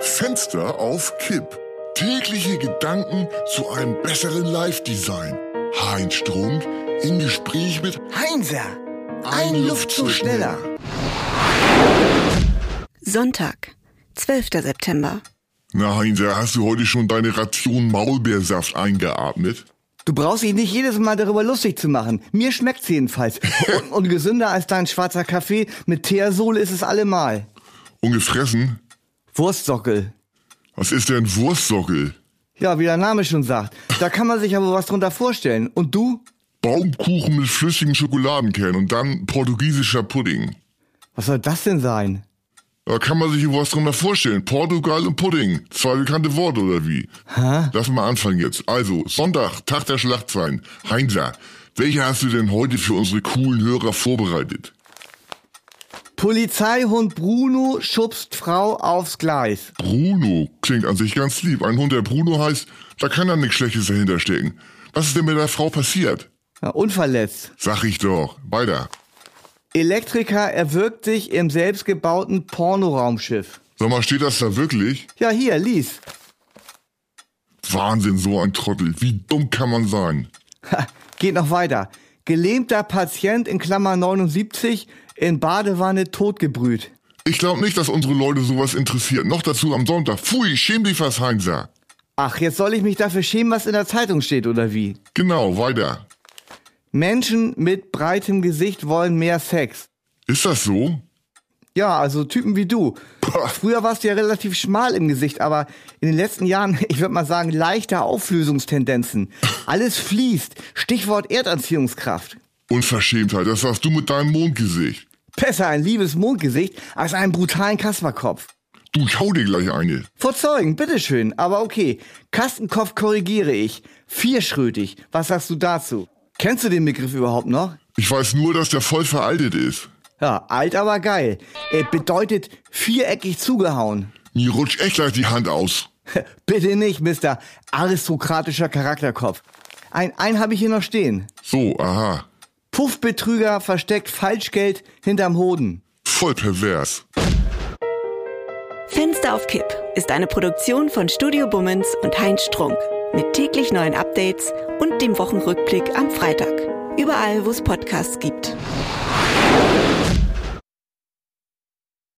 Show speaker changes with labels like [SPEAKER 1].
[SPEAKER 1] Fenster auf Kipp. Tägliche Gedanken zu einem besseren Live-Design. Heinz Strunk im Gespräch mit
[SPEAKER 2] Heinzer,
[SPEAKER 1] Ein Luftzug schneller.
[SPEAKER 3] Sonntag, 12. September.
[SPEAKER 1] Na Heinzer, hast du heute schon deine Ration Maulbeersaft eingeatmet?
[SPEAKER 2] Du brauchst dich nicht jedes Mal darüber lustig zu machen. Mir schmeckt's jedenfalls. Und, und gesünder als dein schwarzer Kaffee mit Teasol ist es allemal.
[SPEAKER 1] Und gefressen?
[SPEAKER 2] Wurstsockel.
[SPEAKER 1] Was ist denn Wurstsockel?
[SPEAKER 2] Ja, wie der Name schon sagt. Da kann man sich aber was drunter vorstellen. Und du?
[SPEAKER 1] Baumkuchen mit flüssigen Schokoladenkern und dann portugiesischer Pudding.
[SPEAKER 2] Was soll das denn sein?
[SPEAKER 1] Da kann man sich was drunter vorstellen. Portugal und Pudding. Zwei bekannte Worte oder wie? Hä? Lass mal anfangen jetzt. Also, Sonntag, Tag der Schlacht sein. Heinzer, welche hast du denn heute für unsere coolen Hörer vorbereitet?
[SPEAKER 2] Polizeihund Bruno schubst Frau aufs Gleis.
[SPEAKER 1] Bruno klingt an sich ganz lieb. Ein Hund, der Bruno heißt, da kann da nichts Schlechtes dahinter stecken. Was ist denn mit der Frau passiert?
[SPEAKER 2] Ja, unverletzt.
[SPEAKER 1] Sag ich doch. Weiter.
[SPEAKER 2] Elektriker erwürgt sich im selbstgebauten Pornoraumschiff.
[SPEAKER 1] Sag mal, steht das da wirklich?
[SPEAKER 2] Ja, hier, lies.
[SPEAKER 1] Wahnsinn, so ein Trottel. Wie dumm kann man sein?
[SPEAKER 2] Ha, geht noch weiter. Gelähmter Patient in Klammer 79 in Badewanne totgebrüht.
[SPEAKER 1] Ich glaube nicht, dass unsere Leute sowas interessiert. Noch dazu am Sonntag. Pfui, schäm dich was, Heinzer.
[SPEAKER 2] Ach, jetzt soll ich mich dafür schämen, was in der Zeitung steht, oder wie?
[SPEAKER 1] Genau, weiter.
[SPEAKER 2] Menschen mit breitem Gesicht wollen mehr Sex.
[SPEAKER 1] Ist das so?
[SPEAKER 2] Ja, also Typen wie du.
[SPEAKER 1] Pah.
[SPEAKER 2] Früher warst du ja relativ schmal im Gesicht, aber in den letzten Jahren, ich würde mal sagen, leichte Auflösungstendenzen. Alles fließt. Stichwort Erdanziehungskraft.
[SPEAKER 1] Unverschämtheit, das sagst du mit deinem Mondgesicht.
[SPEAKER 2] Besser ein liebes Mondgesicht als einen brutalen Kasperkopf.
[SPEAKER 1] Du, ich hau dir gleich eine.
[SPEAKER 2] Vor Zeugen, bitteschön, aber okay. Kastenkopf korrigiere ich. Vierschrötig, was sagst du dazu? Kennst du den Begriff überhaupt noch?
[SPEAKER 1] Ich weiß nur, dass der voll veraltet ist.
[SPEAKER 2] Ja, alt aber geil. Äh, bedeutet viereckig zugehauen.
[SPEAKER 1] Mir rutscht echt gleich die Hand aus.
[SPEAKER 2] Bitte nicht, Mister aristokratischer Charakterkopf. Ein, ein habe ich hier noch stehen.
[SPEAKER 1] So, aha.
[SPEAKER 2] Puffbetrüger versteckt Falschgeld hinterm Hoden.
[SPEAKER 1] Voll pervers.
[SPEAKER 3] Fenster auf Kipp ist eine Produktion von Studio Bummens und Heinz Strunk. Mit täglich neuen Updates und dem Wochenrückblick am Freitag. Überall, wo es Podcasts gibt.